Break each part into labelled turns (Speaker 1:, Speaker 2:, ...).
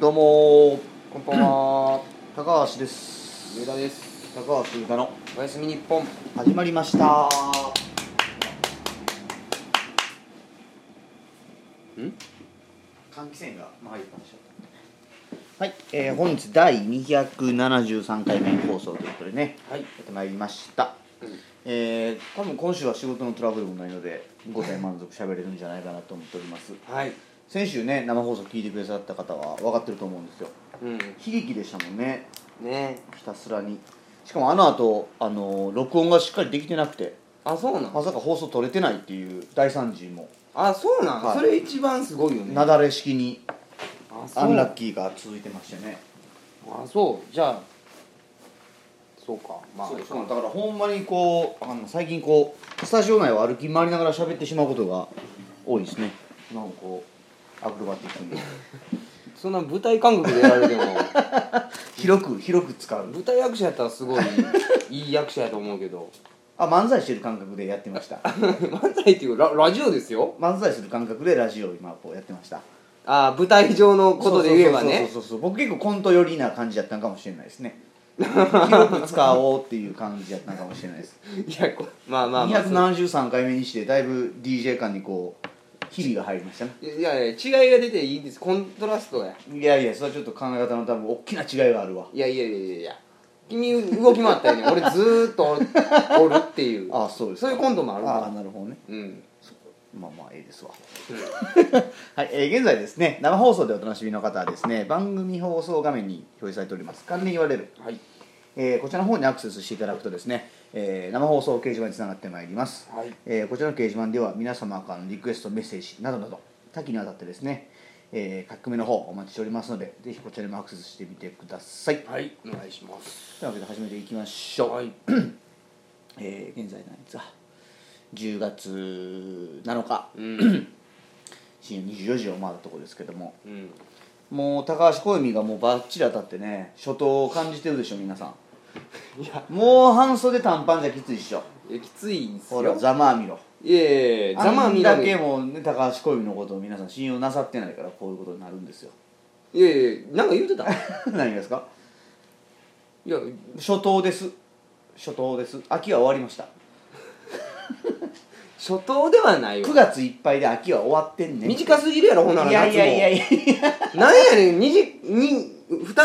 Speaker 1: どうも
Speaker 2: こんばんは。
Speaker 1: 高橋です
Speaker 2: 上田です。
Speaker 1: 高橋歌の
Speaker 2: おやすみ日本。
Speaker 1: 始まりました
Speaker 2: ん？
Speaker 1: 換気扇が入ったんでしょ
Speaker 3: はい、えー本日第273回目の放送ということでね、
Speaker 2: はい
Speaker 3: やってまいりました、えー多分今週は仕事のトラブルもないので5体満足しゃべれるんじゃないかなと思っております
Speaker 2: はい。
Speaker 3: 先週ね生放送聞いてくださった方は分かってると思うんですよ
Speaker 2: うん。
Speaker 3: 悲劇でしたもんね
Speaker 2: ね。
Speaker 3: ひたすらにしかもあの後あのー録音がしっかりできてなくて
Speaker 2: あ、そうなん
Speaker 3: ま。さか放送取れてないっていう大惨事も
Speaker 2: あ、そうなん。
Speaker 3: はい
Speaker 2: それ一番すごいよね。
Speaker 3: 雪崩式に
Speaker 2: あ、そう。
Speaker 3: アンラッキーが続いてましたね
Speaker 2: あ、そう。じゃあ。そうか。まあ。
Speaker 3: そうそうだからほんまにこうあの最近こうスタジオ内を歩き回りながら喋ってしまうことが多いですねなんかこうアクロバティック に
Speaker 2: そんな舞台感覚でやられても。
Speaker 3: 広く広く使う
Speaker 2: 舞台役者やったらすごい。いい役者やと思うけど。
Speaker 3: あ漫才してる感覚でやってました
Speaker 2: 漫才っていうかララジオですよ。
Speaker 3: 漫才する感覚でラジオを今こうやってました
Speaker 2: あ、舞台上のことで言えば
Speaker 3: そ
Speaker 2: ね。
Speaker 3: うそうそうそうそう僕結構コント寄りな感じだったのかもしれないですね広く使おうっていう感じだったのかもしれない です
Speaker 2: いや、こまあまあまあ。
Speaker 3: 273回目にしてだいぶ DJ 感にこう日々が入りましたね
Speaker 2: いやいや違いが出ていいんですコントラストが
Speaker 3: いやいやそれはちょっと考え方の多分大きな違いがあるわ
Speaker 2: いやいやいやいやいや君動き回ったよね俺ずーっとおるおるっていう
Speaker 3: あそうです
Speaker 2: そういうコントもあるから
Speaker 3: あなるほどね
Speaker 2: うん
Speaker 3: まあまあええですわ はい、えー現在ですね生放送でお楽しみの方はですね番組放送画面に表示されております関連 URL、
Speaker 2: はい
Speaker 3: えーこちらの方にアクセスしていただくとですね、えー生放送掲示板につながってまいります、
Speaker 2: はい
Speaker 3: えーこちらの掲示板では皆様からのリクエストメッセージなどなど多岐にわたってですね、えー、書き込みの方お待ちしておりますのでぜひこちらにもアクセスしてみてください、
Speaker 2: はいお願いします
Speaker 3: というわけで始めていきましょう、
Speaker 2: はい
Speaker 3: えー現在なんですが10月7日
Speaker 2: うん
Speaker 3: 深夜24時を回るところですけども
Speaker 2: うん
Speaker 3: もう高橋小泉がもうバッチリ当たってね初頭を感じてるでしょ皆さ
Speaker 2: いや
Speaker 3: んもう半袖短パンじゃきついっしょ
Speaker 2: えきついんす
Speaker 3: ほら
Speaker 2: よ
Speaker 3: ざまあみろ
Speaker 2: いやいやいやざまあみろ
Speaker 3: あんだけ
Speaker 2: ね
Speaker 3: もうね高橋小泉のことを皆さん信用なさってないからこういうことになるん ですよ
Speaker 2: いやいやいやなんか言うてたい
Speaker 3: 何がですか
Speaker 2: や
Speaker 3: 初頭です初頭です秋は終わりました
Speaker 2: 初頭ではないよ
Speaker 3: 9月いっぱいで秋は終わってんね
Speaker 2: 短すぎるやろほんなら
Speaker 3: いやいやいや
Speaker 2: や
Speaker 3: いやいや
Speaker 2: なんやねん二時にふた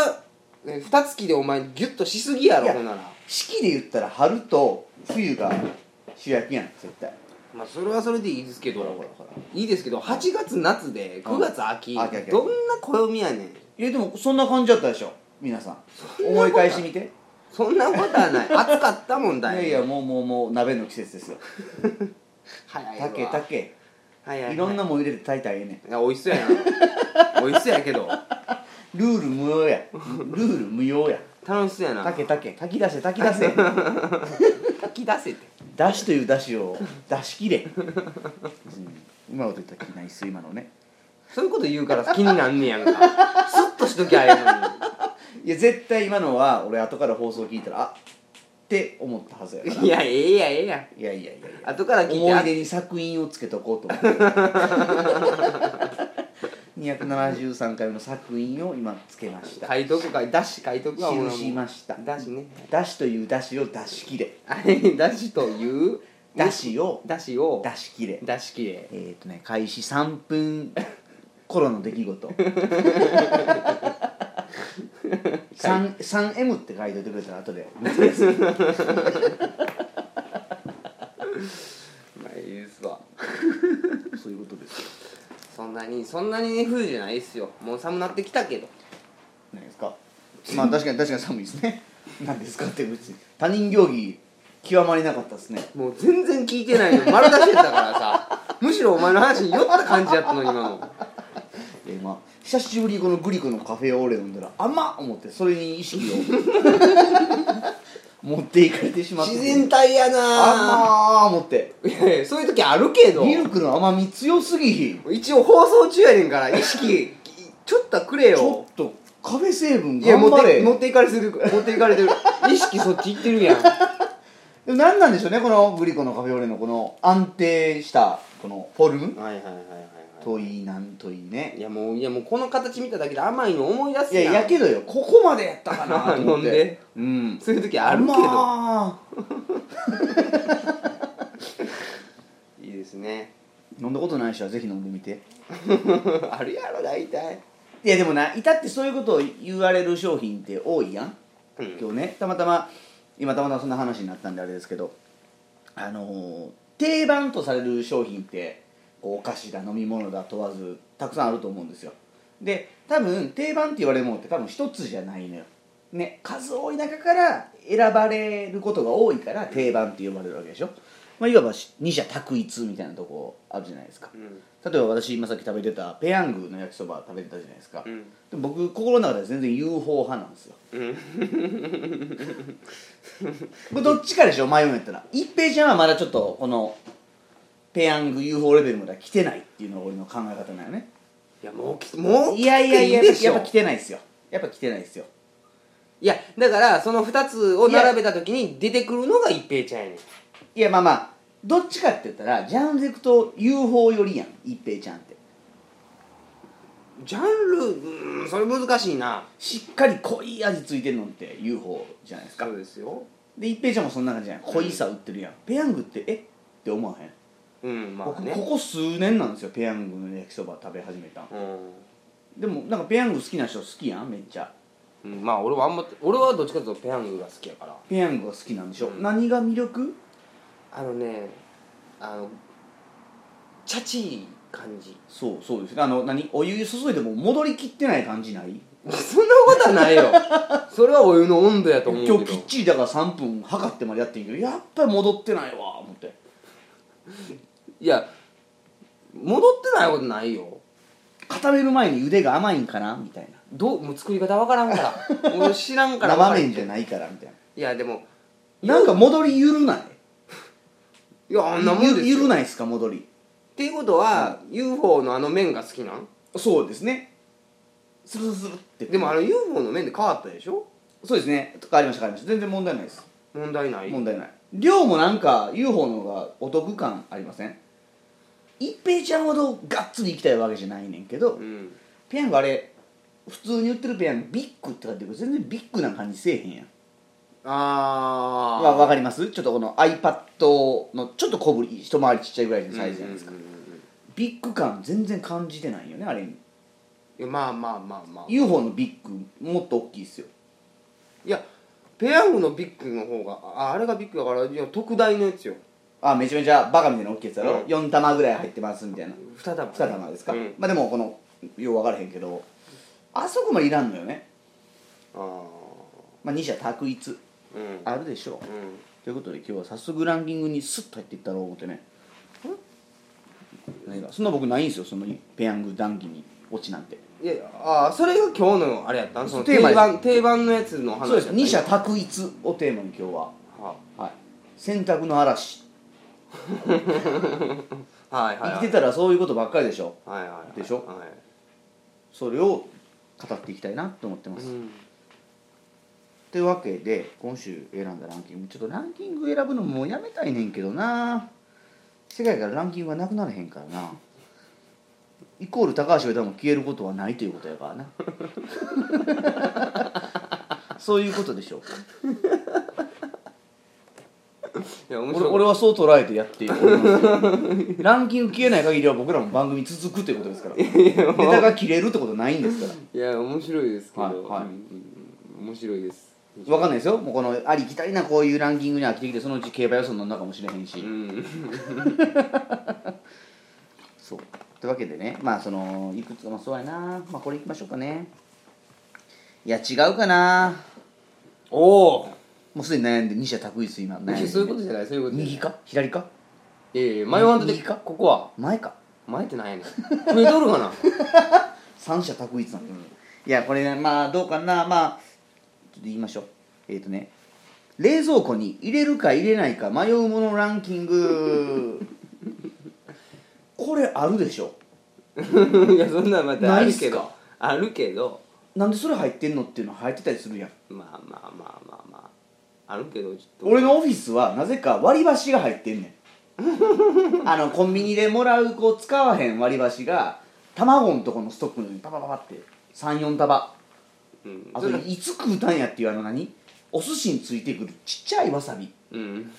Speaker 2: ねふた月でお前ギュッとしすぎやろほんなら
Speaker 3: 四季で言ったら春と冬が主役やん絶対
Speaker 2: まあそれはそれでいいですけど
Speaker 3: ほらほらほら
Speaker 2: いいですけど8月夏で9月秋、
Speaker 3: うん秋秋
Speaker 2: どんな暦やねん
Speaker 3: いやでもそんな感じだったでしょ皆さん思い返してみて
Speaker 2: そんなこと はない暑かったもんだ
Speaker 3: いやいやもうもうもう鍋の季節ですよ
Speaker 2: 早いわ
Speaker 3: 竹竹
Speaker 2: 早いはい
Speaker 3: ろんなもん入れて炊いたらええね
Speaker 2: いや美味しそうやな美味しそうやけど
Speaker 3: んルール無 用やルール無用や
Speaker 2: 楽しそうやな
Speaker 3: 竹竹炊き出せ炊き出 せ
Speaker 2: 炊き出せって
Speaker 3: 出汁という出汁 を出し切れ、うん、うまいこと言ったら気ないっす今のね
Speaker 2: そういうこと言うから気になんねや んかスッとしときゃええの
Speaker 3: いや絶対今のは俺後から放送聞いたらあって思ったはずやから
Speaker 2: にいやええやんええやん
Speaker 3: いやいやいやいや
Speaker 2: 後から聞いて
Speaker 3: 思い出に作品をつけとこうと思って 273回目の作品を今つけました
Speaker 2: 書いとくかだし書いとくか
Speaker 3: 記しました
Speaker 2: だしね
Speaker 3: 出汁という出汁を出し切れ
Speaker 2: あれだしという
Speaker 3: 出汁を
Speaker 2: だしを
Speaker 3: 出し切れ
Speaker 2: だしきれ
Speaker 3: えっ、ー、とね開始3分頃の出来 事 3- 3M って書いておいてくれたら後で見つけます
Speaker 2: まあいいですわ
Speaker 3: そういうことですよ
Speaker 2: そんなにそんなに冬じゃないですよもう寒なってきたけど
Speaker 3: ないですかまあ確かに確かに寒いですね何ですかって別に他人行儀極まりなかったですね
Speaker 2: もう全然聞いてないの丸出しやったから さむしろお前の話に酔った感じやったの今の
Speaker 3: でまあ久しぶりにこのグリコのカフェオレ飲んだら甘っ思ってそれに意 識を持っていかれてしまって
Speaker 2: 自然体やなあ
Speaker 3: 甘ー思って
Speaker 2: いやいやそういう時あるけど
Speaker 3: ミルクの甘み強すぎひん
Speaker 2: 一応放送中やねんから 意識ちょっとはく
Speaker 3: ち
Speaker 2: れ
Speaker 3: ょ
Speaker 2: よ
Speaker 3: っとカフェ成分
Speaker 2: いや
Speaker 3: 頑
Speaker 2: 持っ
Speaker 3: 張れ
Speaker 2: て持っていかれてる持っていかれ てる意識そっち行ってるやん
Speaker 3: でも何なんでしょうねこのグリコのカフェオレのこの安定したこのフォルム
Speaker 2: はいはいはいはい
Speaker 3: 問いなん問いね
Speaker 2: いやもういやもうこの形見ただけで甘いの思い出す
Speaker 3: い
Speaker 2: やん
Speaker 3: ややけどよここまでやったかなと思っ
Speaker 2: 飲ん
Speaker 3: て
Speaker 2: で
Speaker 3: うん
Speaker 2: そういう時あるけど、
Speaker 3: まあ
Speaker 2: いいですね
Speaker 3: 飲んだことない人はぜひ飲んでみて
Speaker 2: あるやろ大体
Speaker 3: いやでもないたってそういうことを言われる商品って多いやん
Speaker 2: うん
Speaker 3: 今日ねたまたま今たまたまそんな話になったんであれですけどあのー定番とされる商品ってこうお菓子だ飲み物だ問わずたくさんあると思うんですよで多分定番って言われるものって多分一つじゃないのよね数多い中から選ばれることが多いから定番って呼ばれるわけでしょ、まあ、いわばし二者択一みたいなとこあるじゃないですか
Speaker 2: うん
Speaker 3: 例えば私今さっき食べてたペヤングの焼きそば食べてたじゃないですか、
Speaker 2: うん
Speaker 3: でも僕心の中では全然 UFO 派なんですよこれどっちかでしょ迷うんやったら一平ちゃんはまだちょっとこのペヤング UFO レベルまでは来てないっていうのが俺の考え方なのね
Speaker 2: いやもうきもう
Speaker 3: いやいやいやや
Speaker 2: いで
Speaker 3: っぱ
Speaker 2: し
Speaker 3: や
Speaker 2: ょ
Speaker 3: っぱ来てないですよやっぱ来てないですよ
Speaker 2: いやだからその2つを並べた時に出てくるのが一平ちゃんやねん
Speaker 3: いやまあまあどっちかって言ったらジャンルでいくと UFO よりやん一平ちゃんって
Speaker 2: ジャンルうーんそれ難しいな
Speaker 3: しっかり濃い味ついてるのって UFO じゃないですか
Speaker 2: そうですよ
Speaker 3: で一平ちゃんもそんな感じじゃん濃いさ売ってるやん、ペヤングってえって思わへん
Speaker 2: うんまあ
Speaker 3: 僕
Speaker 2: ね
Speaker 3: ここ数年なんですよペヤングの焼きそば食べ始めたん
Speaker 2: う
Speaker 3: でもなんかペヤング好きな人好きやんめっちゃ
Speaker 2: んうんまあ俺はあんま俺はどっちかというとペヤングが好きやから
Speaker 3: ペヤングが好きなんでしょ、
Speaker 2: うん
Speaker 3: 何が魅力
Speaker 2: あのねあのチャチい感じ
Speaker 3: そうそうですねあの何お湯注いでも戻りきってない感じない
Speaker 2: そんなことはな いよそれはお湯の温度やと思うけど
Speaker 3: 今日きっちりだから3分測ってまでやってんけどやっぱり戻ってないわ思って
Speaker 2: いや戻ってないことないよ
Speaker 3: 固める前に腕が甘いんかなみたいな
Speaker 2: どうもう作り方わからん から俺知らんから
Speaker 3: 生麺じゃ
Speaker 2: い
Speaker 3: ないからみたい
Speaker 2: いやでも
Speaker 3: ななんか戻り緩ない
Speaker 2: いやあんなもんです
Speaker 3: ゆ
Speaker 2: よ
Speaker 3: 緩ないですか戻り
Speaker 2: っていうことは、UFO のあの面が好きなん
Speaker 3: そうですねスルスルスルって
Speaker 2: でもあの UFO の面で変わったでしょ
Speaker 3: そうですね変わりました変わりました全然問題ないです
Speaker 2: 問題ない
Speaker 3: 問題ない量もなんか UFO の方がお得感ありません一平ちゃんほどがっつり行きたいわけじゃないねんけど、
Speaker 2: うん
Speaker 3: ペヤングあれ普通に売ってるペヤングビッグって書いてるけど全然ビッグな感じせえへんやん
Speaker 2: あ
Speaker 3: わわ
Speaker 2: か
Speaker 3: かりますちょっとこの iPad のちょっと小ぶり一回りちっちゃいぐらいのサイズじゃないですか、ビッグ感全然感じてないよねあれに
Speaker 2: まあまあまあまあ
Speaker 3: UFO のビッグもっと大きいっすよ
Speaker 2: いやペヤングのビッグの方がああれがビッグだからいや特大のやつよ
Speaker 3: あめちゃめちゃバカみたいな大きいやつだろ、
Speaker 2: うん
Speaker 3: 4玉ぐらい入ってますみたいな
Speaker 2: 二玉
Speaker 3: 二玉ですか、
Speaker 2: うん
Speaker 3: まあでもこのよう分からへんけどあそこまでいらんのよね、
Speaker 2: ああ
Speaker 3: まあ、二者択一
Speaker 2: うん
Speaker 3: あるでしょう
Speaker 2: うん
Speaker 3: ということで今日は早速ランキングにスッと入っていったろう思ってね何がそんな僕ないんですよそのペヤング談義に落ちなんて
Speaker 2: いやああそれが今日のあれやったんその
Speaker 3: テ
Speaker 2: 定
Speaker 3: ーマです
Speaker 2: 番定番のやつの話
Speaker 3: そうです二
Speaker 2: や
Speaker 3: 者
Speaker 2: った
Speaker 3: 択一をテーマに今日は、
Speaker 2: は
Speaker 3: はい、選択の嵐
Speaker 2: はいはい
Speaker 3: 生
Speaker 2: は
Speaker 3: き
Speaker 2: い
Speaker 3: てたらそういうことばっかりでしょ
Speaker 2: はいはいはい
Speaker 3: でしょ
Speaker 2: は
Speaker 3: それを語っていきたいなと思ってま
Speaker 2: い
Speaker 3: す、
Speaker 2: うん
Speaker 3: というわけで今週選んだランキングちょっとランキング選ぶのもうやめたいねんけどな世界からランキングがなくならへんからなイコール高橋上田も消えることはないということやからなそういうことでしょうか
Speaker 2: いや面
Speaker 3: 俺
Speaker 2: 白い
Speaker 3: 俺はそう捉えてやっておりますランキング消えない限りは僕らも番組続くということですからネタが切れるってことないんですから
Speaker 2: いや面白いですけど、
Speaker 3: はいはい
Speaker 2: うんうん面白いです
Speaker 3: わかんないですよもうこのありきたりなこういうランキングに飽きてきてそのうち競馬予想になるのかもしれへんし、
Speaker 2: うん
Speaker 3: そうというわけでねまあそのいくつかまあそうやなまあこれいきましょうかねいや違うかな
Speaker 2: おお
Speaker 3: もうすでに悩んで二者択一今悩んで
Speaker 2: そういうことじゃないそういうことじゃない
Speaker 3: 右か左か
Speaker 2: ええ迷わんとで
Speaker 3: 右か
Speaker 2: ここは
Speaker 3: 前か
Speaker 2: 前ってなんやねん増えとるかな
Speaker 3: 三者択一なんだよいやこれねまあどうかなまあちょっと言いましょうえっ、とね冷蔵庫に入れるか入れないか迷うものランキン グこれあるでしょ
Speaker 2: いやそんなんまたあ
Speaker 3: ないっ
Speaker 2: る
Speaker 3: す
Speaker 2: けど
Speaker 3: か
Speaker 2: あるけど
Speaker 3: なんでそれ入ってんのっていうの入ってたりするやん
Speaker 2: まあまあまあまあまああるけどちょっと
Speaker 3: 俺のオフィスはなぜか割り箸が入ってんねん あのコンビニでもらうこう使わへん割り箸が卵のとこのストックにパパパパって34束
Speaker 2: うん
Speaker 3: あといつ食うたんやっていうあの何お寿司についてくるちっちゃいわさび
Speaker 2: うん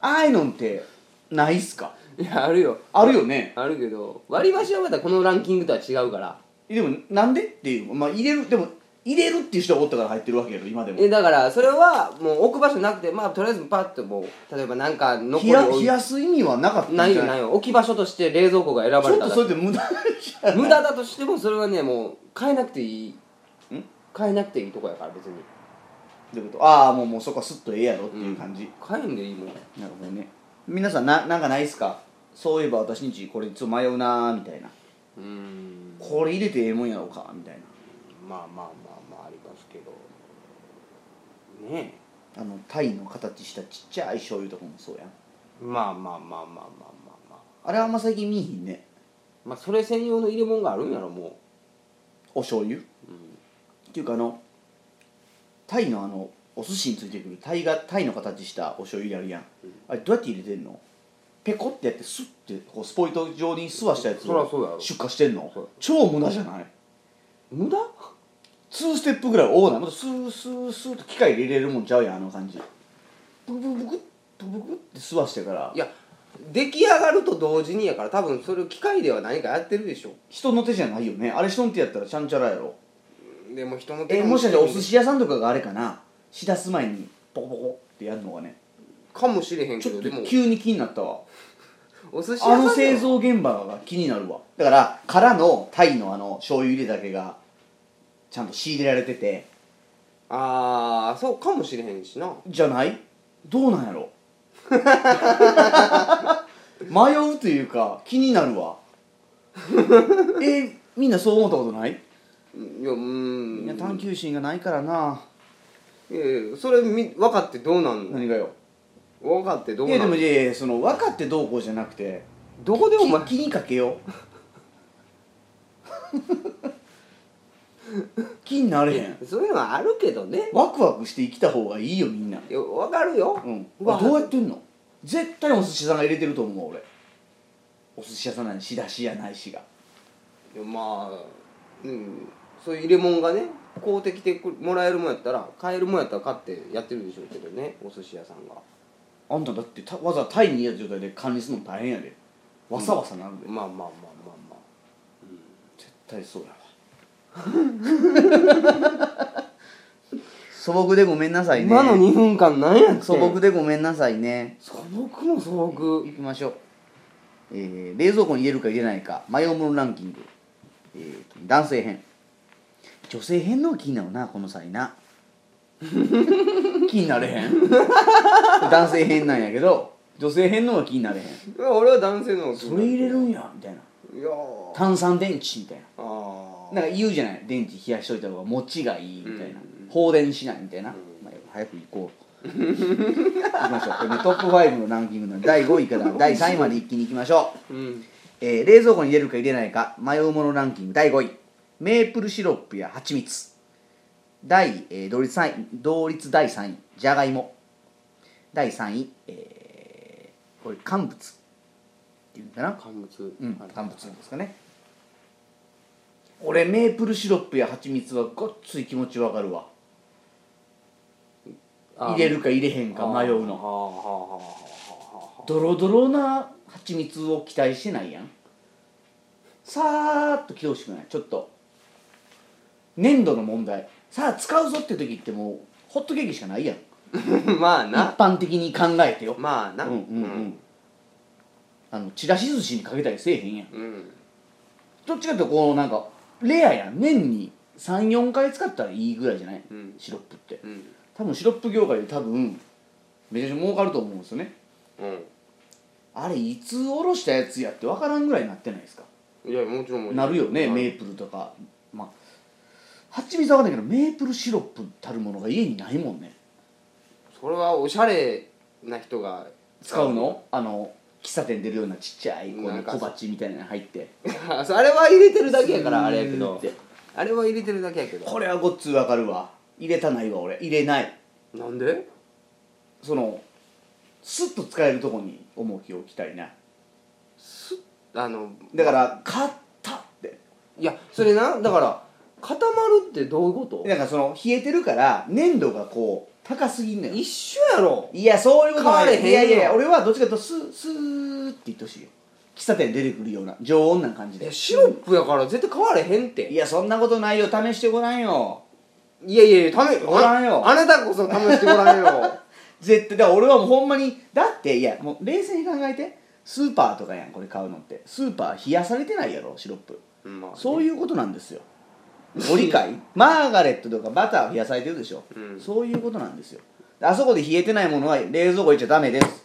Speaker 3: ああいうのんってないっすか
Speaker 2: いやあるよ
Speaker 3: あるよね
Speaker 2: あるけど割り箸はまたこのランキングとは違うから
Speaker 3: でもなんでっていうまあ入れるでも入れるっていう人がおったから入ってるわけやろ今でも
Speaker 2: えだからそれはもう置く場所なくてまあとりあえずパッともう例えばなんか残
Speaker 3: 冷
Speaker 2: り
Speaker 3: や
Speaker 2: 置
Speaker 3: 冷やす意味はなかったんじゃ
Speaker 2: ないよないよ置き場所として冷蔵庫が選ば
Speaker 3: ちょ
Speaker 2: れ
Speaker 3: ったと
Speaker 2: だ
Speaker 3: そ
Speaker 2: け
Speaker 3: れで無駄じゃない
Speaker 2: 無駄だとしてもそれはねもう変えなくていい変えなくていいとこやから別
Speaker 3: っ
Speaker 2: に
Speaker 3: てことああもうもうそこはスッとええやろっていう感じ、
Speaker 2: 変えんでいいもん
Speaker 3: なるほどね皆さんななんかないっすかそういえば私んちこれいつも迷うなーみたいな
Speaker 2: うん
Speaker 3: これ入れてええもんやろうかみたいな
Speaker 2: まあまあまあまあありますけどね
Speaker 3: あのタイの形したちっちゃい醤油とかもそうやん
Speaker 2: えまあまあまあまあまあまあまあ
Speaker 3: あれはあんま最近見えへんね
Speaker 2: まあそれ専用の入れ物があるんやろも
Speaker 3: お醤油っ
Speaker 2: う、う
Speaker 3: ていうかあのタイのあのお寿司についてくるタイがタイの形したお醤油やるやんあれどうやって入れてんのペコってやってスッてこうスポイト状に吸わしたやつ
Speaker 2: そらそうやろ
Speaker 3: 出荷してんの
Speaker 2: そう
Speaker 3: 超無駄じゃない
Speaker 2: ん、無駄
Speaker 3: 2ステップぐらい多ないもっとスースースーと機械で入れれるもんちゃうやんあの感じブクブクブクブクブクって吸わしてから
Speaker 2: いや出来上がると同時にやから多分それを機械では何かやってるでしょ
Speaker 3: 人の手じゃないよねあれ人の手やったらちゃんちゃらやろ
Speaker 2: でも人の手
Speaker 3: え
Speaker 2: が
Speaker 3: もしかしてお寿司屋さんとかがあれかなしだす前にポコポコってやるのがね
Speaker 2: かもしれへん
Speaker 3: ち
Speaker 2: け
Speaker 3: ょ
Speaker 2: ど
Speaker 3: っ
Speaker 2: で
Speaker 3: と
Speaker 2: も
Speaker 3: 急に気になったわ
Speaker 2: お寿司屋
Speaker 3: あ
Speaker 2: さんで
Speaker 3: の
Speaker 2: は
Speaker 3: 製造現場が気になるわだからからのタイのあの醤油入れだけがちゃんと仕入れられてて
Speaker 2: ああそうかもしれへんしな
Speaker 3: じゃないどうなんやろ 迷うというか気になるわ えみんなそう思ったことない
Speaker 2: いやう
Speaker 3: み
Speaker 2: ん
Speaker 3: んな探求心がないからない
Speaker 2: やいやそれみ分かってどうなんの
Speaker 3: 何がよ
Speaker 2: 分かってどう
Speaker 3: い
Speaker 2: な
Speaker 3: や
Speaker 2: ん
Speaker 3: でも
Speaker 2: の
Speaker 3: いやいやその分かってどうこうじゃなくて
Speaker 2: どこでお前
Speaker 3: 気にかけよう 気になれへん
Speaker 2: そういうのはあるけどね
Speaker 3: ワクワクして生きた方がいいよみんない
Speaker 2: や分かるよ、
Speaker 3: うん
Speaker 2: わ
Speaker 3: あどうやってんの絶対お寿司屋さんが入れてると思うわ俺お寿司屋さんなのに仕出しやないしが
Speaker 2: いやまあ、うん、そういう入れ物がね買うてきてくもらえるもんやったら買えるもんやったら買ってやってるでしょうけどねお寿司屋さんが
Speaker 3: あんただってたわざわざタイにいた状態で管理するの大変やでわさわさなるで、
Speaker 2: まあまあまあまあまあ
Speaker 3: 絶対そうやわ 素朴でごめんなさいね
Speaker 2: 今の2分間なんやって
Speaker 3: 素朴でごめんなさいね
Speaker 2: 素朴も素朴
Speaker 3: 行きましょう、えー冷蔵庫に入れるか入れないか迷うものランキング、えー男性編女性編の方が気になるなこの際 な気になれへん男性編なんやけど女性編の方が気になれへん
Speaker 2: いや俺は男性の
Speaker 3: それ入れるんやみたいない
Speaker 2: やー
Speaker 3: 炭酸電池みたいな
Speaker 2: あー
Speaker 3: なんか言うじゃない電池冷やしといた方が持ちがいいみたいな、
Speaker 2: う
Speaker 3: 放電しないみたいな、まあ、早く行こう行きましょうこれねトップ5のランキングの第5位から第3位まで一気に行きましょう
Speaker 2: うん
Speaker 3: えー冷蔵庫に入れるか入れないか迷うものランキング第5位メープルシロップや蜂蜜第、えー同率3位同率第3位じゃがいも第3位、えーこれ乾物っていうんかな
Speaker 2: 乾物
Speaker 3: うん
Speaker 2: はい
Speaker 3: 乾物なんですかね俺メープルシロップや蜂蜜はごっつい気持ちわかるわ
Speaker 2: あー
Speaker 3: 入れるか入れへんか迷う
Speaker 2: はあ
Speaker 3: の
Speaker 2: はあはあはあはあ
Speaker 3: ドロドロな蜂蜜を期待してないやんさーっと来てほしくないちょっと粘土の問題さあ使うぞって時ってもうホットケーキしかないやん
Speaker 2: まあ
Speaker 3: 一
Speaker 2: な
Speaker 3: 般的に考えてよ、
Speaker 2: まあな
Speaker 3: うんうんうんあのちらし寿司にかけたりせえへんやん
Speaker 2: うん、うん
Speaker 3: どっちかっていうとこうなんかレアやん年に34回使ったらいいぐらいじゃない、
Speaker 2: うん
Speaker 3: シロップって
Speaker 2: うん
Speaker 3: 多分シロップ業界で多分めちゃくちゃ儲かると思うんですよねあれいつおろしたやつやって分からんぐらいになってないですか
Speaker 2: うんいやもちろんもちろん
Speaker 3: なるよね
Speaker 2: うん
Speaker 3: メープルとかまあ蜂蜜は分かんないけどメープルシロップたるものが家にないもんね
Speaker 2: それはおしゃれな人が
Speaker 3: 使うのあの喫茶店出るようなちっちゃいこう
Speaker 2: なんか
Speaker 3: 小鉢みたいなの入って
Speaker 2: あそうあれは入れてるだけやからあれやけ
Speaker 3: スー
Speaker 2: ど
Speaker 3: ッて
Speaker 2: あれは入れてるだけやけど
Speaker 3: これはごっつ分かるわ入れたないわ俺入れない
Speaker 2: なんで
Speaker 3: そのスッと使えるとこに重きを置きたいな
Speaker 2: あの
Speaker 3: だから「買った」って
Speaker 2: いやそれなだから固まるってどういうこと
Speaker 3: なんかその冷えてるから粘度がこう高すぎんのよ
Speaker 2: 一緒やろ
Speaker 3: いやそういうことはない
Speaker 2: 変われへんよ
Speaker 3: いやいやいや俺はどっちかというとスースーって言ってほしいよ喫茶店出てくるような常温な感じ
Speaker 2: い
Speaker 3: で
Speaker 2: やシロップやから絶対変われへんって
Speaker 3: いやそんなことないよ試してごらんよ
Speaker 2: いやいや試
Speaker 3: おらんよ
Speaker 2: あなたこそ試してごらん よ
Speaker 3: 絶対だから俺はもうほんまにだっていやもう冷静に考えてスーパーとかやんこれ買うのってスーパー冷やされてないやろシロップ
Speaker 2: うんまあ
Speaker 3: そういうことなんですよご理 解マーガレットとかバターを冷やされてるでしょ、
Speaker 2: うん
Speaker 3: そういうことなんですよあそこで冷えてないものは冷蔵庫入っちゃダメです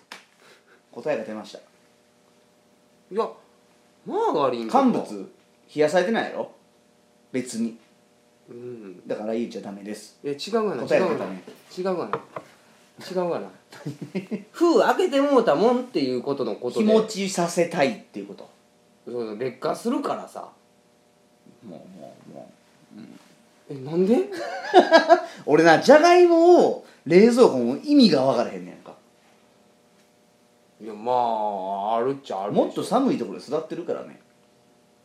Speaker 3: 答えが出ました
Speaker 2: いやマーガリンとか
Speaker 3: 乾物冷やされてないやろ別に
Speaker 2: うん
Speaker 3: だから言っちゃダメです
Speaker 2: いや違うがな
Speaker 3: 答え
Speaker 2: 違
Speaker 3: が
Speaker 2: う
Speaker 3: 出た
Speaker 2: がな
Speaker 3: ね
Speaker 2: 違うがな違うがな封開けてもうたもんっていうことのこと
Speaker 3: 日
Speaker 2: で
Speaker 3: 持ちさせたいっていうこと
Speaker 2: そうそう劣化するからさ
Speaker 3: もうもうも
Speaker 2: えなんで
Speaker 3: う俺なじゃがいもを冷蔵庫も意味が分からへんねやんか
Speaker 2: いやまああるっちゃあるでしょ
Speaker 3: もっと寒いところで育ってるからね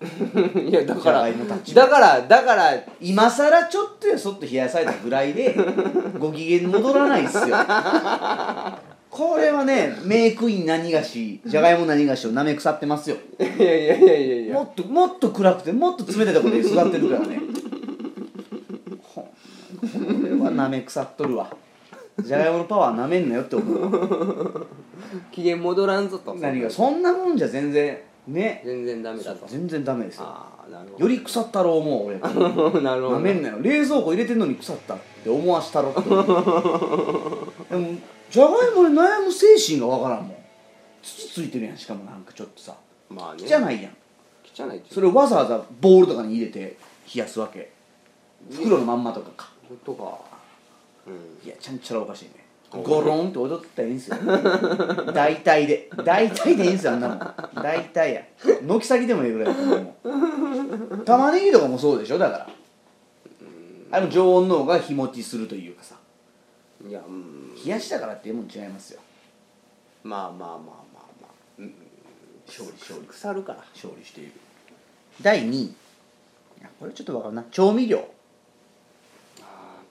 Speaker 2: いやだか
Speaker 3: じゃが
Speaker 2: ら
Speaker 3: いもたち
Speaker 2: だからだから
Speaker 3: 今さらちょっとやそっと冷やされたぐらいでご機嫌戻らないっすよこれはねメイクイン何がしじゃがいも何がしをなめ腐ってますよ
Speaker 2: いやいやいやいやいや
Speaker 3: もっともっと暗くてもっと冷たいところで育ってるからねほんこれはなめ腐っとるわじゃがいものパワーなめんなよって思うわ
Speaker 2: 機嫌戻らんぞと
Speaker 3: 何がそんなもんじゃ全然ね
Speaker 2: 全然ダメだと
Speaker 3: 全然ダメですよ
Speaker 2: ああなるほど
Speaker 3: より腐ったろう思う俺
Speaker 2: なるほ
Speaker 3: な
Speaker 2: ど
Speaker 3: めんなよ冷蔵庫入れてんのに腐ったって思わしたろって思うでもじゃがいもに悩む精神がわからんもん土ついてるやんしかもなんかちょっとさ
Speaker 2: まあね
Speaker 3: 汚いやん
Speaker 2: 汚いって
Speaker 3: それをわざわざボールとかに入れて冷やすわけ袋のまんまとかか
Speaker 2: ことかうん
Speaker 3: いやちゃんちゃらおかしいね
Speaker 2: お
Speaker 3: ゴロンって踊ってたらいいんすよ大体で大体でいいんすよあんなもん大体や軒先でもいいぐらいだと思うもん玉ねぎとかもそうでしょだからあの常温の方が日持ちするというかさ
Speaker 2: いやうん
Speaker 3: 冷やしたからっていうもん違いますよ
Speaker 2: まあまあまあまあまあ
Speaker 3: 勝利勝利
Speaker 2: 腐るから
Speaker 3: 勝利している第2位あこれちょっとわかるな調味料
Speaker 2: ああ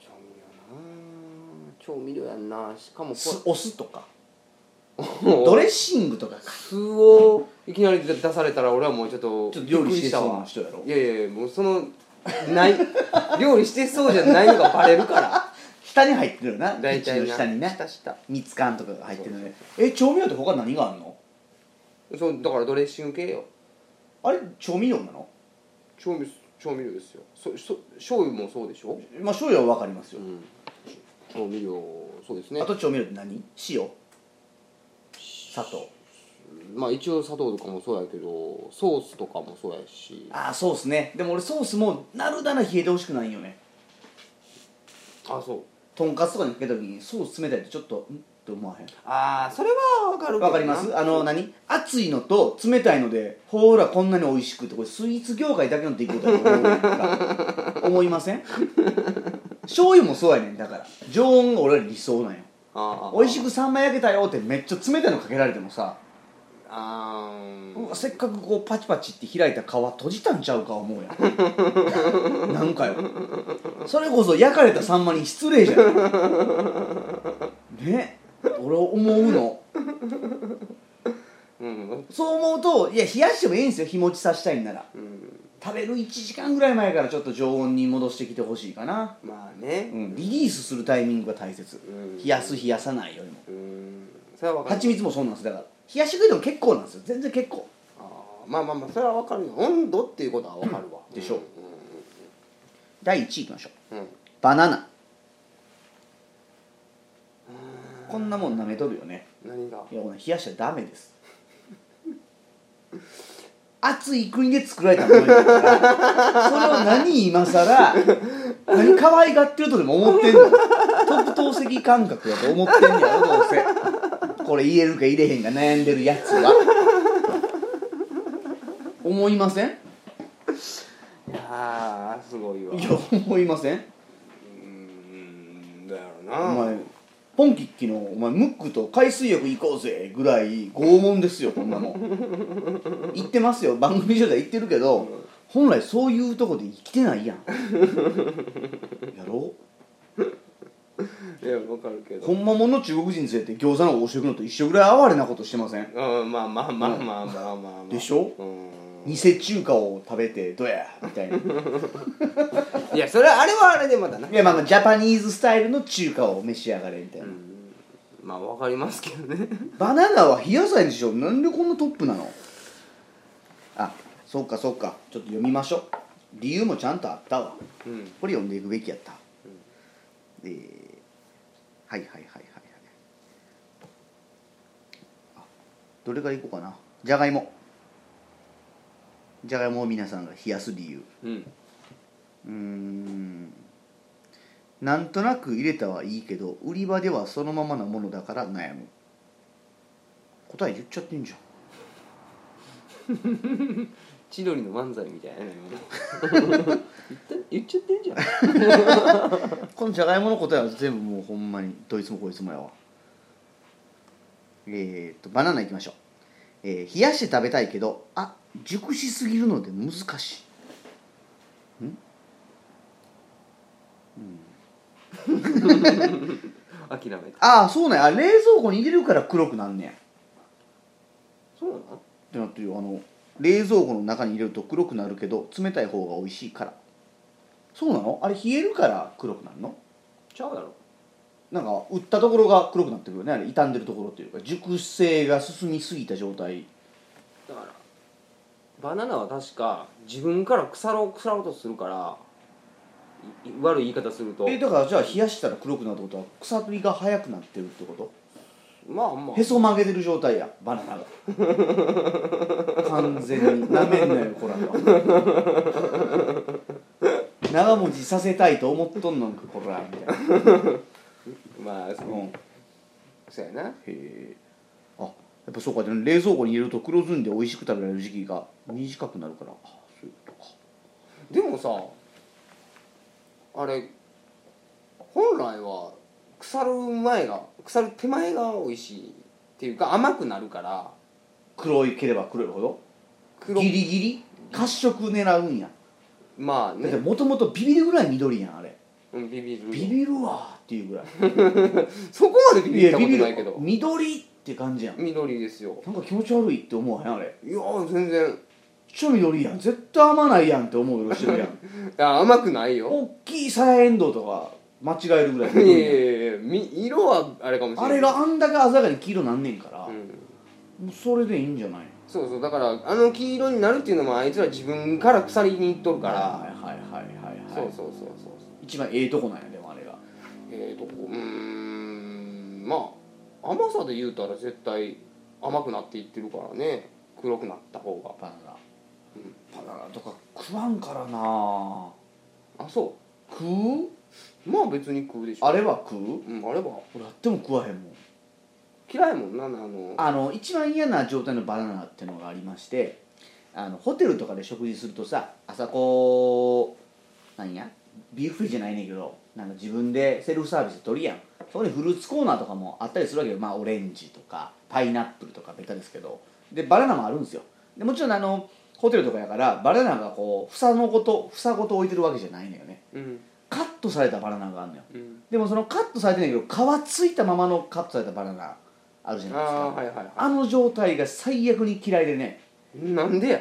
Speaker 2: 調味料な調味料やんなしかも
Speaker 3: 酢
Speaker 2: こ
Speaker 3: お酢とか
Speaker 2: れ
Speaker 3: ドレッシングとかか
Speaker 2: 酢をいきなり出されたら俺はもうちょっと
Speaker 3: ちょっと料理してそうな
Speaker 2: びっくり
Speaker 3: 人やろ
Speaker 2: たわいやいやいやもうそのない 料理してそうじゃないのがバレるから
Speaker 3: 下に入ってるよな
Speaker 2: 大
Speaker 3: 口
Speaker 2: 体
Speaker 3: の
Speaker 2: な
Speaker 3: 下にね
Speaker 2: 下下
Speaker 3: 蜜缶とかが入ってるねえ調味料って他何があるの
Speaker 2: そうだからドレッシング系よ
Speaker 3: あれ調味料なの
Speaker 2: 調味調味料ですよそそ醤油もそうでしょ、
Speaker 3: まあ醤油は分かりますよ、
Speaker 2: ん、調味料そうですね
Speaker 3: あと調味料って何塩砂糖
Speaker 2: まあ一応砂糖とかもそうやけどソースとかもそうやし
Speaker 3: ああそうっすねでも俺ソースもなるなら冷えてほしくないよね
Speaker 2: あそう
Speaker 3: とんかつとかにかけた時にソース冷たいとちょっとんって思わへん
Speaker 2: ああそれはわかるけどな
Speaker 3: わかりますあの何熱いのと冷たいのでほーらこんなに美味しくってこれスイーツ業界だけの出来事だと思うやんか思いません 醤油もそうやねんだから常温が俺ら理想なんよ
Speaker 2: あー
Speaker 3: 美味しくサンマ焼けたよってめっちゃ冷たいのかけられてもさ、
Speaker 2: あー
Speaker 3: うわせっかくこうパチパチって開いた皮閉じたんちゃうか思うやん なんかよそれこそ焼かれたサンマに失礼じゃんね俺思うの
Speaker 2: うん
Speaker 3: そう思うといや冷やしてもいいんですよ日持ちさせたいんなら
Speaker 2: うん
Speaker 3: 食べる1時間ぐらい前からちょっと常温に戻してきてほしいかな、
Speaker 2: まあね
Speaker 3: うん、リリースするタイミングが大切
Speaker 2: うん
Speaker 3: 冷やす冷やさないよりも
Speaker 2: うんそれはわかる
Speaker 3: 蜂蜜もそうなんですだから冷やしてくれても結構なんですよ全然結構
Speaker 2: あーまあまあまあそれはわかるよ温度っていうことはわかるわ
Speaker 3: でしょ第1位いきましょう
Speaker 2: うん、うん
Speaker 3: バナナこんなもん舐めとるよね
Speaker 2: 何が
Speaker 3: いやこれ冷やしちゃダメです暑い国で作られたものやからそれを何今更何可愛がってるとでも思ってんの特等席感覚やと思ってんねやろどうせこれ言えるか入れへんか悩んでるやつは思いませんい
Speaker 2: いやーすごいわ
Speaker 3: や思いません
Speaker 2: うーんだよ
Speaker 3: お
Speaker 2: な
Speaker 3: 前ポンキッキのお前ムックと海水浴行こうぜぐらい拷問ですよこんなもん 行ってますよ番組上では行ってるけど、本来そういうとこで生きてないやんやろ
Speaker 2: いやわかるけど
Speaker 3: ほんまもんの中国人連れて餃子の王将行くのと一緒ぐらい哀れなことしてません
Speaker 2: うんまあまあまあまあまあまあまあ
Speaker 3: でしょ
Speaker 2: うん
Speaker 3: 偽中華を食べてどやみたいない
Speaker 2: いやそれはあれはあれでまだな
Speaker 3: やまあまあジャパニーズスタイルの中華を召し上がれみたいな、
Speaker 2: まあわかりますけどね
Speaker 3: バナナは冷や菜でしょなんでこんなトップなのあそうかそうかちょっと読みましょう理由もちゃんとあったわ
Speaker 2: うん
Speaker 3: これ読んでいくべきやった、えーはいはいはいはいはいあどれからいこうかなじゃがいもじゃがいもを皆さんが冷やす理由
Speaker 2: うん
Speaker 3: うーんなんとなく入れたはいいけど売り場ではそのままなものだから悩む答え言っちゃってんじゃん
Speaker 2: 千鳥の漫才みたいなねもう言っちゃってんじゃん
Speaker 3: このじゃがいもの答えは全部もうほんまにどいつもこいつもやわえー、っとバナナいきましょう、えー冷やして食べたいけどあ熟しすぎるので難しいん、うん、
Speaker 2: 諦めた
Speaker 3: ああそうなんやあ冷蔵庫に入れるから黒くなんねん
Speaker 2: そうなの
Speaker 3: ってなってるよあの冷蔵庫の中に入れると黒くなるけど冷たい方が美味しいからそうなのあれ冷えるから黒くなるの
Speaker 2: ちゃうやろ
Speaker 3: なんか売ったところが黒くなってくるよねあれ傷んでるところっていうか熟成が進みすぎた状態
Speaker 2: だからバナナは確か自分から腐ろう腐ろうとするからいい悪い言い方すると
Speaker 3: えだからじゃあ冷やしたら黒くなるってことは腐りが早くなってるってこと
Speaker 2: まあまあ
Speaker 3: へそ曲げてる状態やバナナ が完全になめんなよこらが長持ちさせたいと思っとんのんかこらみたいな、
Speaker 2: まあそう
Speaker 3: うん
Speaker 2: そうやな
Speaker 3: へえあやっぱそうかでも冷蔵庫に入れると黒ずんで美味しく食べられる時期が短くなるからあそういうことか
Speaker 2: でもさあれ本来は腐る前が腐る手前が美味しいっていうか甘くなるから
Speaker 3: 黒いければ黒いほど
Speaker 2: 黒
Speaker 3: ギリギリ褐色狙うんや
Speaker 2: まあ
Speaker 3: だって
Speaker 2: ね、
Speaker 3: もともとビビるぐらい緑やんあれ
Speaker 2: うん、ビビる
Speaker 3: ビビるわーっていうぐらい
Speaker 2: そこまでビビったことな
Speaker 3: い
Speaker 2: いけ
Speaker 3: や
Speaker 2: ど
Speaker 3: ビビる緑って感じやん
Speaker 2: 緑ですよ
Speaker 3: なんか気持ち悪いって思わへんあれ
Speaker 2: いや全然
Speaker 3: 超緑やん絶対甘ないやんって思うよしてるやん
Speaker 2: いや甘くないよ
Speaker 3: 大きいサヤエンドウとか間違えるぐらい
Speaker 2: いや
Speaker 3: 緑やん
Speaker 2: いやいやみ色はあれかもしれな
Speaker 3: あ
Speaker 2: い
Speaker 3: れがあんだけ鮮やかに黄色なんねんから、
Speaker 2: うん
Speaker 3: もうそれでいいんじゃない
Speaker 2: そうそうだからあの黄色になるっていうのもあいつら自分から腐りにいっとるか
Speaker 3: は
Speaker 2: ら、
Speaker 3: いはいはいはい
Speaker 2: そ
Speaker 3: は
Speaker 2: う
Speaker 3: い
Speaker 2: そうそうそう
Speaker 3: 一番ええとこなんやでもあれが
Speaker 2: えー、とうーんまあ甘さで言うたら絶対甘くなっていってるからね黒くなった方が
Speaker 3: バナナ、バナナとか食わんからな
Speaker 2: あそ
Speaker 3: 食う
Speaker 2: うまあ別に食うでしょ
Speaker 3: あれは食う
Speaker 2: うんあれば
Speaker 3: 俺あっても食わへんもん
Speaker 2: 嫌いもんなあの
Speaker 3: あの一番嫌な状態のバナナってのがありましてあのホテルとかで食事するとさ朝こう何やビュッフェじゃないねんけどなんか自分でセルフサービスで取りやんそこにフルーツコーナーとかもあったりするわけよまあオレンジとかパイナップルとかベタですけどでバナナもあるんですよでもちろんあのホテルとかやからバナナがこう房のこと房ごと置いてるわけじゃないのよね
Speaker 2: うん
Speaker 3: カットされたバナナがあるのよ
Speaker 2: うん
Speaker 3: でもそのカットされてないけど皮ついたままのカットされたバナナあるじゃ
Speaker 2: あ
Speaker 3: ないです
Speaker 2: あ
Speaker 3: か
Speaker 2: はいはいは
Speaker 3: あの状態が最悪に嫌いでね
Speaker 2: いなんでや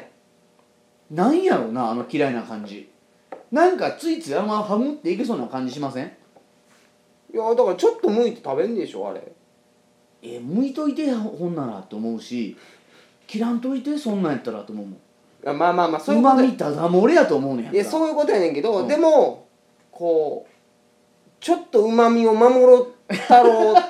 Speaker 3: なんやろうなあの嫌いな感じなんかついついあんまハムっていけそうな感じしません
Speaker 2: いやだからちょっと剥いて食べんでしょあれ
Speaker 3: え向いといてやほんならと思うし切らんといてそんなんやったらと思うもん
Speaker 2: いやまあまあまあそういううこ
Speaker 3: ま
Speaker 2: とや
Speaker 3: みただ漏れやと思うねんやん
Speaker 2: いやそういうことやねんけど、
Speaker 3: うん
Speaker 2: でもこうちょっとうまみを守ろたろうっ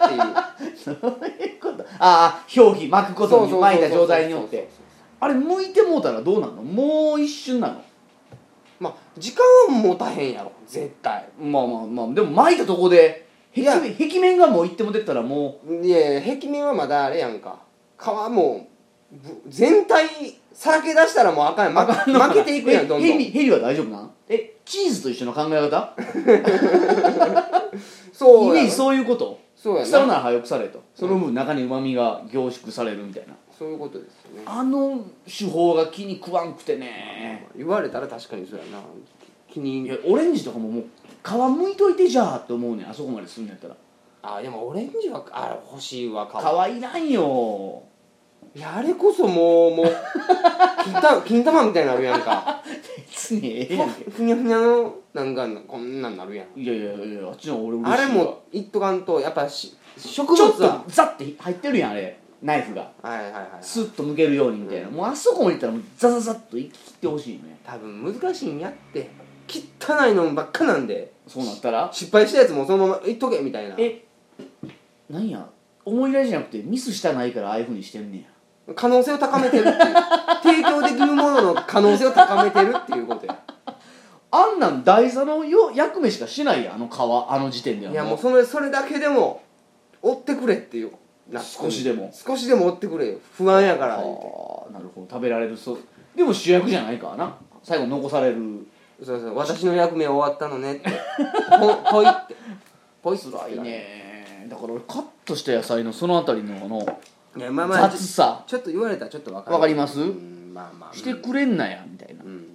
Speaker 2: ていう
Speaker 3: ああ表皮巻くことに巻いた状態によっ
Speaker 2: そう
Speaker 3: て
Speaker 2: そうそうそう
Speaker 3: あれ向いてもうたらどうなんのもう一瞬なの
Speaker 2: まあ時間は持たへんやろ絶対
Speaker 3: まあまあまあでも巻いたとこで壁
Speaker 2: いや
Speaker 3: 面壁面がもういっても出たらも
Speaker 2: いやいや壁面はまだあれやんか皮もぶ全体さらけ出したらもうあかんやん
Speaker 3: う
Speaker 2: ま
Speaker 3: あかんのかな
Speaker 2: 負けていくやん
Speaker 3: え
Speaker 2: どんどん
Speaker 3: ヘリヘリは大丈夫なんえチーズと一緒の考え方
Speaker 2: そう
Speaker 3: イメ
Speaker 2: や
Speaker 3: ー
Speaker 2: ろ
Speaker 3: ジそういうこと
Speaker 2: そうや
Speaker 3: 腐るな
Speaker 2: な
Speaker 3: ら早く腐れとその分中にうまみが凝縮されるみたいな、
Speaker 2: そういうことですよね
Speaker 3: あの手法が気に食わんくてね
Speaker 2: 言われたら確かにそうやな
Speaker 3: い
Speaker 2: 気に
Speaker 3: やオレンジとかももう皮むいといてじゃあって思うねんあそこまでするんやったら
Speaker 2: あでもオレンジはあ欲しいわか
Speaker 3: 皮いらんよ
Speaker 2: いやあれこそもうも う金玉金玉みたいになるやんか
Speaker 3: 別にええやんけ
Speaker 2: ふにゃふにゃのなんかこんなんなるやん
Speaker 3: いやいやいやあっちの方が俺嬉しいわ
Speaker 2: あれもいっとかんとやっぱし植
Speaker 3: ちょ
Speaker 2: 物
Speaker 3: っと
Speaker 2: は
Speaker 3: ザッて入ってるやんあれナイフが
Speaker 2: はいはいはいはい
Speaker 3: スッと向けるようにみたいな、もうあそこまでいったらもうザザザッと行き切ってほしいね
Speaker 2: 多分難しいんやって汚いのばっかなんで
Speaker 3: そうなったら
Speaker 2: 失敗したやつもそのままいっとけみたいな
Speaker 3: えなんや思い出じゃなくてミスしたないからああいうふうにしてんねや
Speaker 2: 可能性を高めてるって いう提供できるものの可能性を高めてるっていうことや
Speaker 3: あんなん台座のよ役目しかしないやんあの皮あの時点ではい
Speaker 2: やもうそれそれだけでも追ってくれっていうな
Speaker 3: 少しでも
Speaker 2: 少しでも追ってくれよ不安やから
Speaker 3: あ
Speaker 2: 言うて
Speaker 3: ーなるほど食べられるそうでも主役じゃないからな最後残される
Speaker 2: そうそう私の役目終わったの ねってぽぽいってぽいっす
Speaker 3: 辛いねだから俺カットした野菜のそのあたりのこの
Speaker 2: いやまあまあ
Speaker 3: 雑さ
Speaker 2: ちょっと言われたらちょっとわかる
Speaker 3: わかります
Speaker 2: うんまあまあ
Speaker 3: してくれんなやみたいな
Speaker 2: うんうん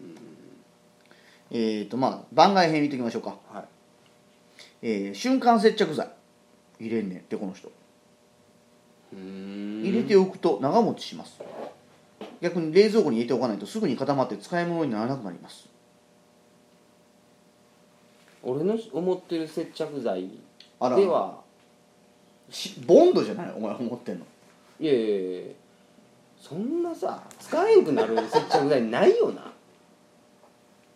Speaker 3: えっとまあ番外編見ときましょうか
Speaker 2: はい
Speaker 3: えー瞬間接着剤入れんねんってこの人
Speaker 2: うーん
Speaker 3: 入れておくと長持ちします逆に冷蔵庫に入れておかないとすぐに固まって使い物にならなくなります
Speaker 2: 俺の思ってる接着剤で
Speaker 3: あら
Speaker 2: は
Speaker 3: しボンドじゃないお前思ってんの
Speaker 2: いやいやいやそんなさ使えんくなる接着剤ないよな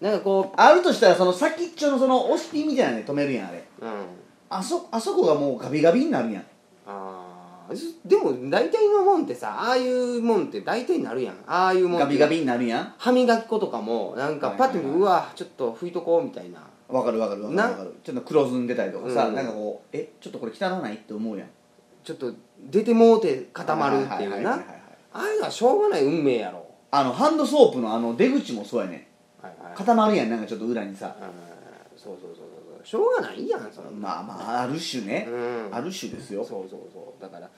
Speaker 2: なんかこ
Speaker 3: あるとしたらその先っちょのその押しピンみたいなね止めるやんあれ
Speaker 2: ううん
Speaker 3: あそあそこがもうガビガビになるやん
Speaker 2: あーじでも大体のもんってさああいうもんって大体なるやんああいうもん
Speaker 3: ガ
Speaker 2: って
Speaker 3: ビガビになるやん
Speaker 2: 歯磨き粉とかもなんかパッと見
Speaker 3: は
Speaker 2: て、
Speaker 3: いはいう
Speaker 2: わちょっと拭いとこうみたいな
Speaker 3: わかるわかるわかる
Speaker 2: な
Speaker 3: わかるちょっと黒ずんでたりとかさ、
Speaker 2: うん
Speaker 3: なんかこうえちょっとこれ汚ないって思うやん
Speaker 2: ちょっと出てもうて固まるってい
Speaker 3: は
Speaker 2: う
Speaker 3: はは
Speaker 2: な
Speaker 3: ははい
Speaker 2: ああいうのはしょうがない運命やろ
Speaker 3: あのハンドソープのあの出口もそうやね
Speaker 2: はいはい
Speaker 3: 固まるやんなんかちょっと裏にさ
Speaker 2: そうそうそうそうそうしょうがないやんそんな
Speaker 3: まあまあある種ね、
Speaker 2: うん
Speaker 3: ある種ですよ
Speaker 2: そうそうそうだから、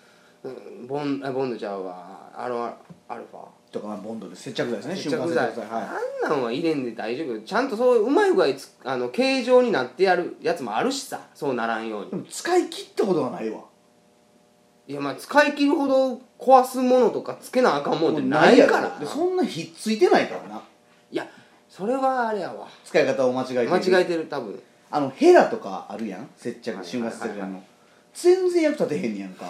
Speaker 2: うん、ボンあボンドちゃうわアロアアルファ
Speaker 3: とかまあボンドで接着剤ですね
Speaker 2: 接
Speaker 3: 瞬間接着
Speaker 2: 着剤
Speaker 3: 剤は
Speaker 2: あんなんは入れんで大丈夫ちゃんとそういううまい具合つあの形状になってやるやつもあるしさそうならんよう
Speaker 3: い
Speaker 2: に
Speaker 3: でも使い切ったことがないわ
Speaker 2: いやまあ使い切るほど壊すものとかつけなあかんもんってない
Speaker 3: や
Speaker 2: か
Speaker 3: ろ
Speaker 2: ら
Speaker 3: でそんなひっついてないからない
Speaker 2: やそれはあれやわ
Speaker 3: 使い方を間違えてる
Speaker 2: 間違えてる多分
Speaker 3: あのヘラとかあるやん接
Speaker 2: はいは
Speaker 3: 着
Speaker 2: い
Speaker 3: 瞬間接着剤の全然役立てへんねやんか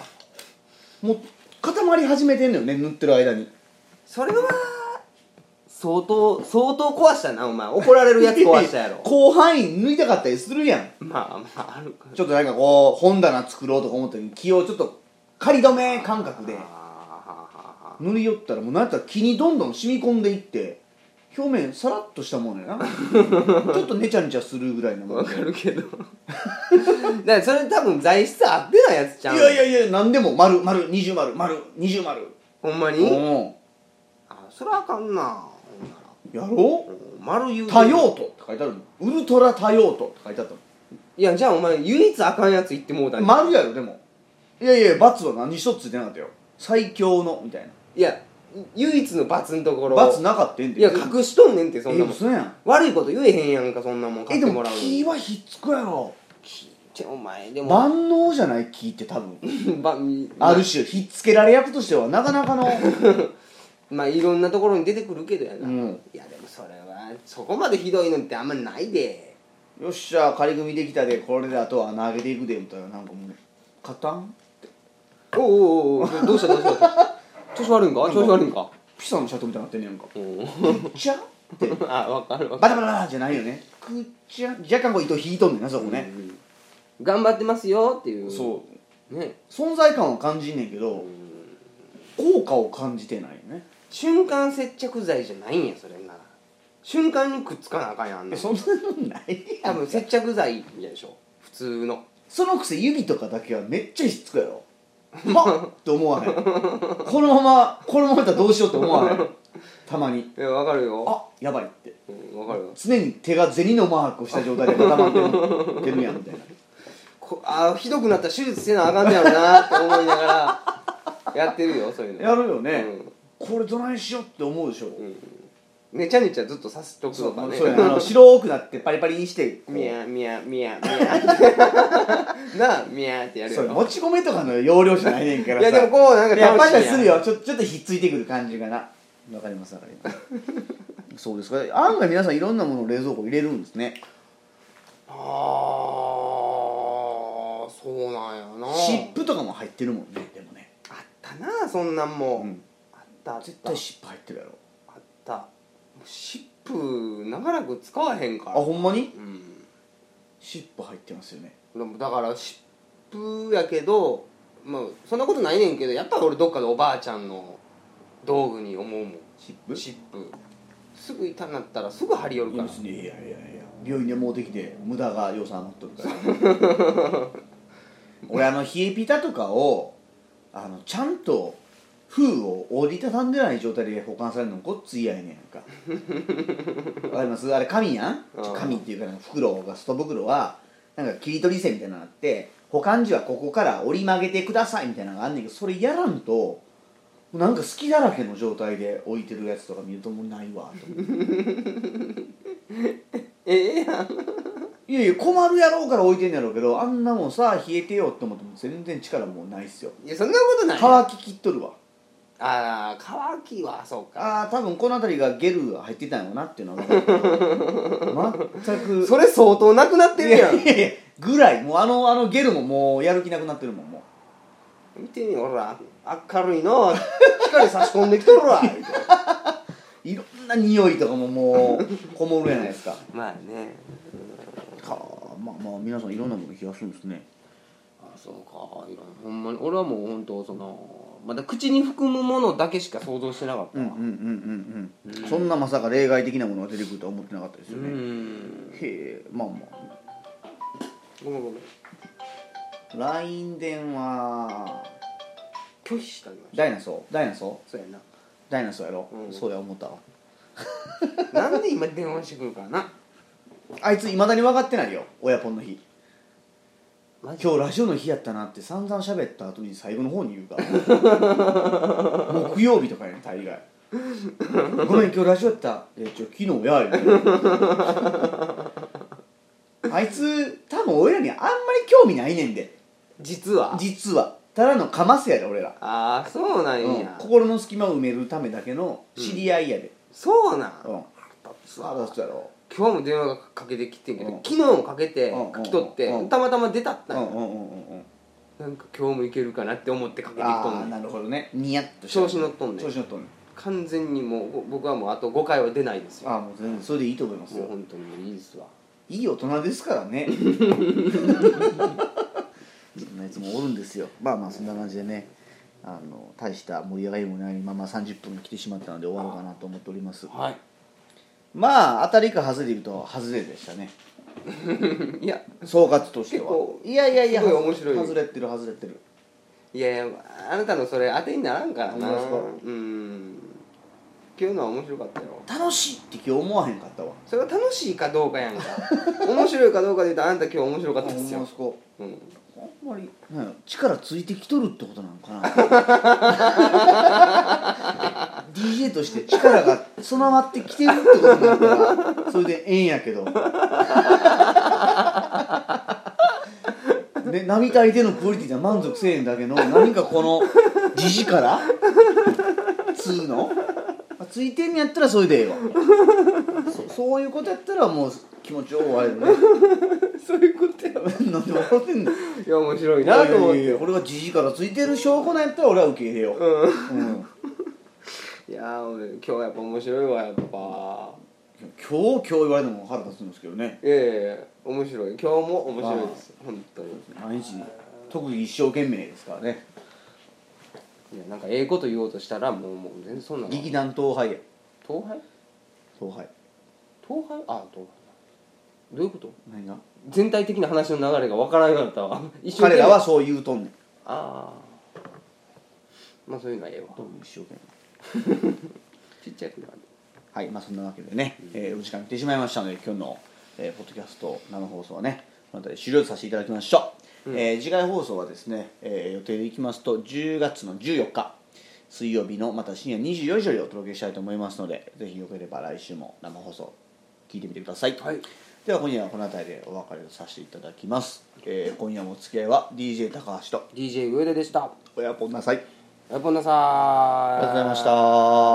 Speaker 3: もう固まり始めてんのよね塗ってる間に
Speaker 2: それは相当相当壊したなお前怒られるやつ壊した やろ
Speaker 3: 広範囲に抜いたかったりするやん
Speaker 2: まあまああるか
Speaker 3: ちょっとなんかこう本棚作ろうとか思った時に気をちょっと仮止め感覚で
Speaker 2: あーはあはあはあ
Speaker 3: 塗り寄ったらもうなんやったら気にどんどん染み込んでいって表面さらっとしたもん やなちょっとネチャネチャするぐらいのも
Speaker 2: わ
Speaker 3: ん
Speaker 2: か
Speaker 3: で
Speaker 2: るけどだからそれ多分材質合ってないやつち
Speaker 3: い
Speaker 2: ゃう
Speaker 3: やいやいや何でも丸丸二重丸丸二重丸
Speaker 2: ほんま
Speaker 3: うん
Speaker 2: にあそれはあかんなほんなら
Speaker 3: やろう
Speaker 2: うん丸言うてる
Speaker 3: 多用途って書いてあるもんウルトラ多用途って書いてあったも
Speaker 2: いやじゃあお前唯一あかんやつ言ってもうた
Speaker 3: ん
Speaker 2: ん
Speaker 3: 丸やろでもいやいや罰は何一つついてなかったよ最強のみたいない
Speaker 2: や唯一の罰のところ
Speaker 3: 罰なかったんで
Speaker 2: いや隠しとんねんってそん
Speaker 3: え
Speaker 2: なもん
Speaker 3: 嘘やん
Speaker 2: 悪いこと言えへんやんかそんなもん買
Speaker 3: え
Speaker 2: っ
Speaker 3: で
Speaker 2: て
Speaker 3: も
Speaker 2: もらうの
Speaker 3: 木はひっつくやろ
Speaker 2: 木ってお前でも
Speaker 3: 万能じゃない木って多分
Speaker 2: ば
Speaker 3: ある種ひっつけられ役としてはなかなかの
Speaker 2: まあいろんなところに出てくるけどやな、
Speaker 3: うん
Speaker 2: いやでもそれはそこまでひどいのってあんまないで
Speaker 3: よっしゃ仮組できたでこれであとは投げていくでみたいななんかもう勝たん
Speaker 2: おうおうおう どうしたどうした調子悪いんか調子悪いんか
Speaker 3: ピサのシャトみたいになってんねやんか
Speaker 2: うん
Speaker 3: くっちゃって
Speaker 2: あわかるわか
Speaker 3: バタバタバタじゃないよねくっちゃ若干こう糸引いとんねんなそこ
Speaker 2: る
Speaker 3: ね、
Speaker 2: うん頑張ってますよっていう
Speaker 3: そう
Speaker 2: ね
Speaker 3: 存在感を感じんねんけど効果を感じてないよね
Speaker 2: 瞬間接着剤じゃないんやそれな瞬間にくっつかなあかんやんあんな
Speaker 3: え
Speaker 2: ん
Speaker 3: そんなのないや
Speaker 2: 多
Speaker 3: ん
Speaker 2: 分接着剤でしょ普通の
Speaker 3: そのくせ指とかだけはめっちゃひっつくや ろまっって思わへんこのままこのままやったらどうしようって思わへんたまに
Speaker 2: えわかるよ
Speaker 3: あやばいって
Speaker 2: うんわかるよ
Speaker 3: 常に手が銭のマークをした状態で固まってるやんみたいな
Speaker 2: こあーひどくなったら手術せなあかんねやろなって思いながらやってるよ そういうの
Speaker 3: やるよね、
Speaker 2: うん
Speaker 3: これどないしようって思うでしょ、
Speaker 2: うんねちゃねちゃずっとさすとく
Speaker 3: そ
Speaker 2: と
Speaker 3: う
Speaker 2: かね
Speaker 3: そうやあ の白くなってパリパリにしてこう
Speaker 2: みやみやみやみや なあみやってやる
Speaker 3: そう
Speaker 2: よ
Speaker 3: 持ち米とかの容量じゃないねんから
Speaker 2: い
Speaker 3: さ
Speaker 2: やでもこうなんか
Speaker 3: いやパチパチす
Speaker 2: ん
Speaker 3: るよちょちょっとひっついてくる感じがなわかりますわかりますそうですか案外皆さんいろんなものを冷蔵庫入れるんですね
Speaker 2: ああそうなんやな
Speaker 3: 湿布とかも入ってるもんねでもね
Speaker 2: あったなそんなんも、
Speaker 3: うん
Speaker 2: あったあった
Speaker 3: 絶対湿布入ってるやろ
Speaker 2: あったもうシップ長らく使わへんか
Speaker 3: あ
Speaker 2: ら
Speaker 3: ほんまに
Speaker 2: うん
Speaker 3: 湿布入ってますよね
Speaker 2: でもだからシップやけどまあそんなことないねんけどやっぱり俺どっかでおばあちゃんの道具に思うもん
Speaker 3: 湿布
Speaker 2: シップすぐ痛なったらすぐ張り寄る
Speaker 3: いや
Speaker 2: から
Speaker 3: 別にいやいやいや病院でもうできて無駄が予算余っとるから 俺あの冷えピタとかをあのちゃんと封を折りたたんでない状態で保管されるのごっつ嫌やねんかわかりますあれ紙やん
Speaker 2: うん
Speaker 3: 紙っていうかなんか袋が外袋はなんか切り取り線みたいなのあって保管時はここから折り曲げてくださいみたいなのがあんねんけどそれやらんとなんか好きだらけの状態で置いてるやつとか見るともうないわと思って
Speaker 2: ええやん
Speaker 3: いやいや困るやろうから置いてんやろうけどあんなもんさ冷えてよって思っても全然力もうないっすよ
Speaker 2: いやそんなことない
Speaker 3: 乾ききっとるわ
Speaker 2: ああ乾きはそうか
Speaker 3: ああ多分この辺りがゲルが入ってたんやろなっていうのは分かる 全く
Speaker 2: それ相当なくなってるやん
Speaker 3: いいいやぐらいもうあのあのゲルももうやる気なくなってるもんも
Speaker 2: 見てみほら明るいな光差し込んできとるわ
Speaker 3: ういろんな匂いとかももうこもるやないですか
Speaker 2: まあね
Speaker 3: かまあまあ皆さんいろんなもの気がするんですね
Speaker 2: あそうかいろいろほんまに俺はもう本当そのまだ口に含むものだけしか想像してなかった
Speaker 3: うんうん
Speaker 2: わ
Speaker 3: うんうんうんそんなまさか例外的なものが出てくるとは思ってなかったです
Speaker 2: う
Speaker 3: よ
Speaker 2: ん
Speaker 3: ね、へえまあまあ
Speaker 2: ごめんごめん
Speaker 3: LINE 電話
Speaker 2: 拒否したりました
Speaker 3: ダイナソーダイナソ
Speaker 2: そうやな
Speaker 3: ーダイナソーやろ、
Speaker 2: うん
Speaker 3: そうや思ったわ
Speaker 2: なんで今電話してくるからな
Speaker 3: あいついまだに分かってないよ親ポンの日
Speaker 2: マジ
Speaker 3: 今日ラジオの日やったなって散々喋った後に最後の方に言う から木曜日とかやね大概ごめん今日ラジオやったえちょ昨日や言う てあいつ多分俺らにあんまり興味ないねんで
Speaker 2: 実は
Speaker 3: 実はただのかますやで俺ら、
Speaker 2: ああそうなん
Speaker 3: うん
Speaker 2: や、
Speaker 3: 心の隙間を埋めるためだけの知り合いやで、
Speaker 2: そうなん
Speaker 3: うんそうだそうやろ
Speaker 2: 今日も電話がかけてきてんけど、
Speaker 3: うん
Speaker 2: 昨日もかけて、
Speaker 3: うん
Speaker 2: かき取って、
Speaker 3: うん
Speaker 2: たまたま出たっ
Speaker 3: う
Speaker 2: た
Speaker 3: んうん
Speaker 2: んや、
Speaker 3: うんうんうん
Speaker 2: なんか今日もいけるかなって思ってかけてき
Speaker 3: あ
Speaker 2: と
Speaker 3: あー
Speaker 2: んね
Speaker 3: なんるほどねニヤッと
Speaker 2: 調子乗っとんね
Speaker 3: 調子乗っとんね
Speaker 2: 完全にもうご僕はもうあと5回は出ないですよ
Speaker 3: ああもう全然それでいいと思います
Speaker 2: もう
Speaker 3: よ
Speaker 2: 本当にいいですわ
Speaker 3: いい大人ですからねそんないつもおるんですよまあまあそんな感じでねあの大した盛り上がりもないまま30分が来てしまったので終わろうかなと思っております
Speaker 2: はい
Speaker 3: まあ当たりか外れで言うと外れでしたね
Speaker 2: いや
Speaker 3: 総括として
Speaker 2: 結
Speaker 3: は
Speaker 2: 構
Speaker 3: いやいやいや
Speaker 2: すごい面白い
Speaker 3: 外れてる外れてる
Speaker 2: いやいやあなたのそれ当てにならんからな
Speaker 3: ほんまですか
Speaker 2: うん今日のは面白かったよ
Speaker 3: 楽しいって今日思わへんかったわ
Speaker 2: それが楽しいかどうかや んか面白いかどうかで言うとあなた今日面白かったです
Speaker 3: ほんま
Speaker 2: よ
Speaker 3: そこ
Speaker 2: うん
Speaker 3: あんまり、ね、力ついてきとるってことなの かな DJ として力が備わってきてるってことなんだからそれでええんやけどで並大抵のクオリティじゃ満足せえへんだけの何かこの時力つうのあついてんやったらそれでええわそそういうことやったらもう気持ちよく終われるね
Speaker 2: そういうことや
Speaker 3: なんで笑ってんの
Speaker 2: いや面白いなと思って
Speaker 3: いやいやいやこれがじじからついてる証拠なんやったら俺は受け入れよう、
Speaker 2: うん
Speaker 3: うん
Speaker 2: いやー俺今日はやっぱ面白いわやっぱ
Speaker 3: 今日今日言われるのも腹立つんですけどね
Speaker 2: いやいやいや面白い今日も面白いです本当に
Speaker 3: 毎日特に一生懸命ですからね
Speaker 2: いやなんかええこと言おうとしたらもうもう全然そんなの
Speaker 3: 劇団東敗や
Speaker 2: 東敗
Speaker 3: 東敗
Speaker 2: 東敗あ東敗どういうこと
Speaker 3: 何が
Speaker 2: 全体的な話の流れがわからなくなった わ一生懸
Speaker 3: 彼
Speaker 2: 命
Speaker 3: らはそう言うとんねん
Speaker 2: ああまあそういうのはええわ
Speaker 3: どうも一生懸命
Speaker 2: ちっちゃくなる
Speaker 3: はいまあそんなわけでね、えーお時間来てしまいましたので今日の、えーポッドキャスト生放送はねこの辺りで終了とさせていただきましょう
Speaker 2: うん
Speaker 3: えー次回放送はですね、えー予定でいきますと10月の14日水曜日のまた深夜24時よりお届けしたいと思いますのでぜひよければ来週も生放送聞いてみてください、
Speaker 2: はい
Speaker 3: では今夜はこの辺りでお別れをさせていただきます、えー今夜もお付き合いは DJ 高橋と
Speaker 2: DJ 上田でした
Speaker 3: 親ぽんなさい
Speaker 2: やっぽんなさー
Speaker 3: ありがとうございました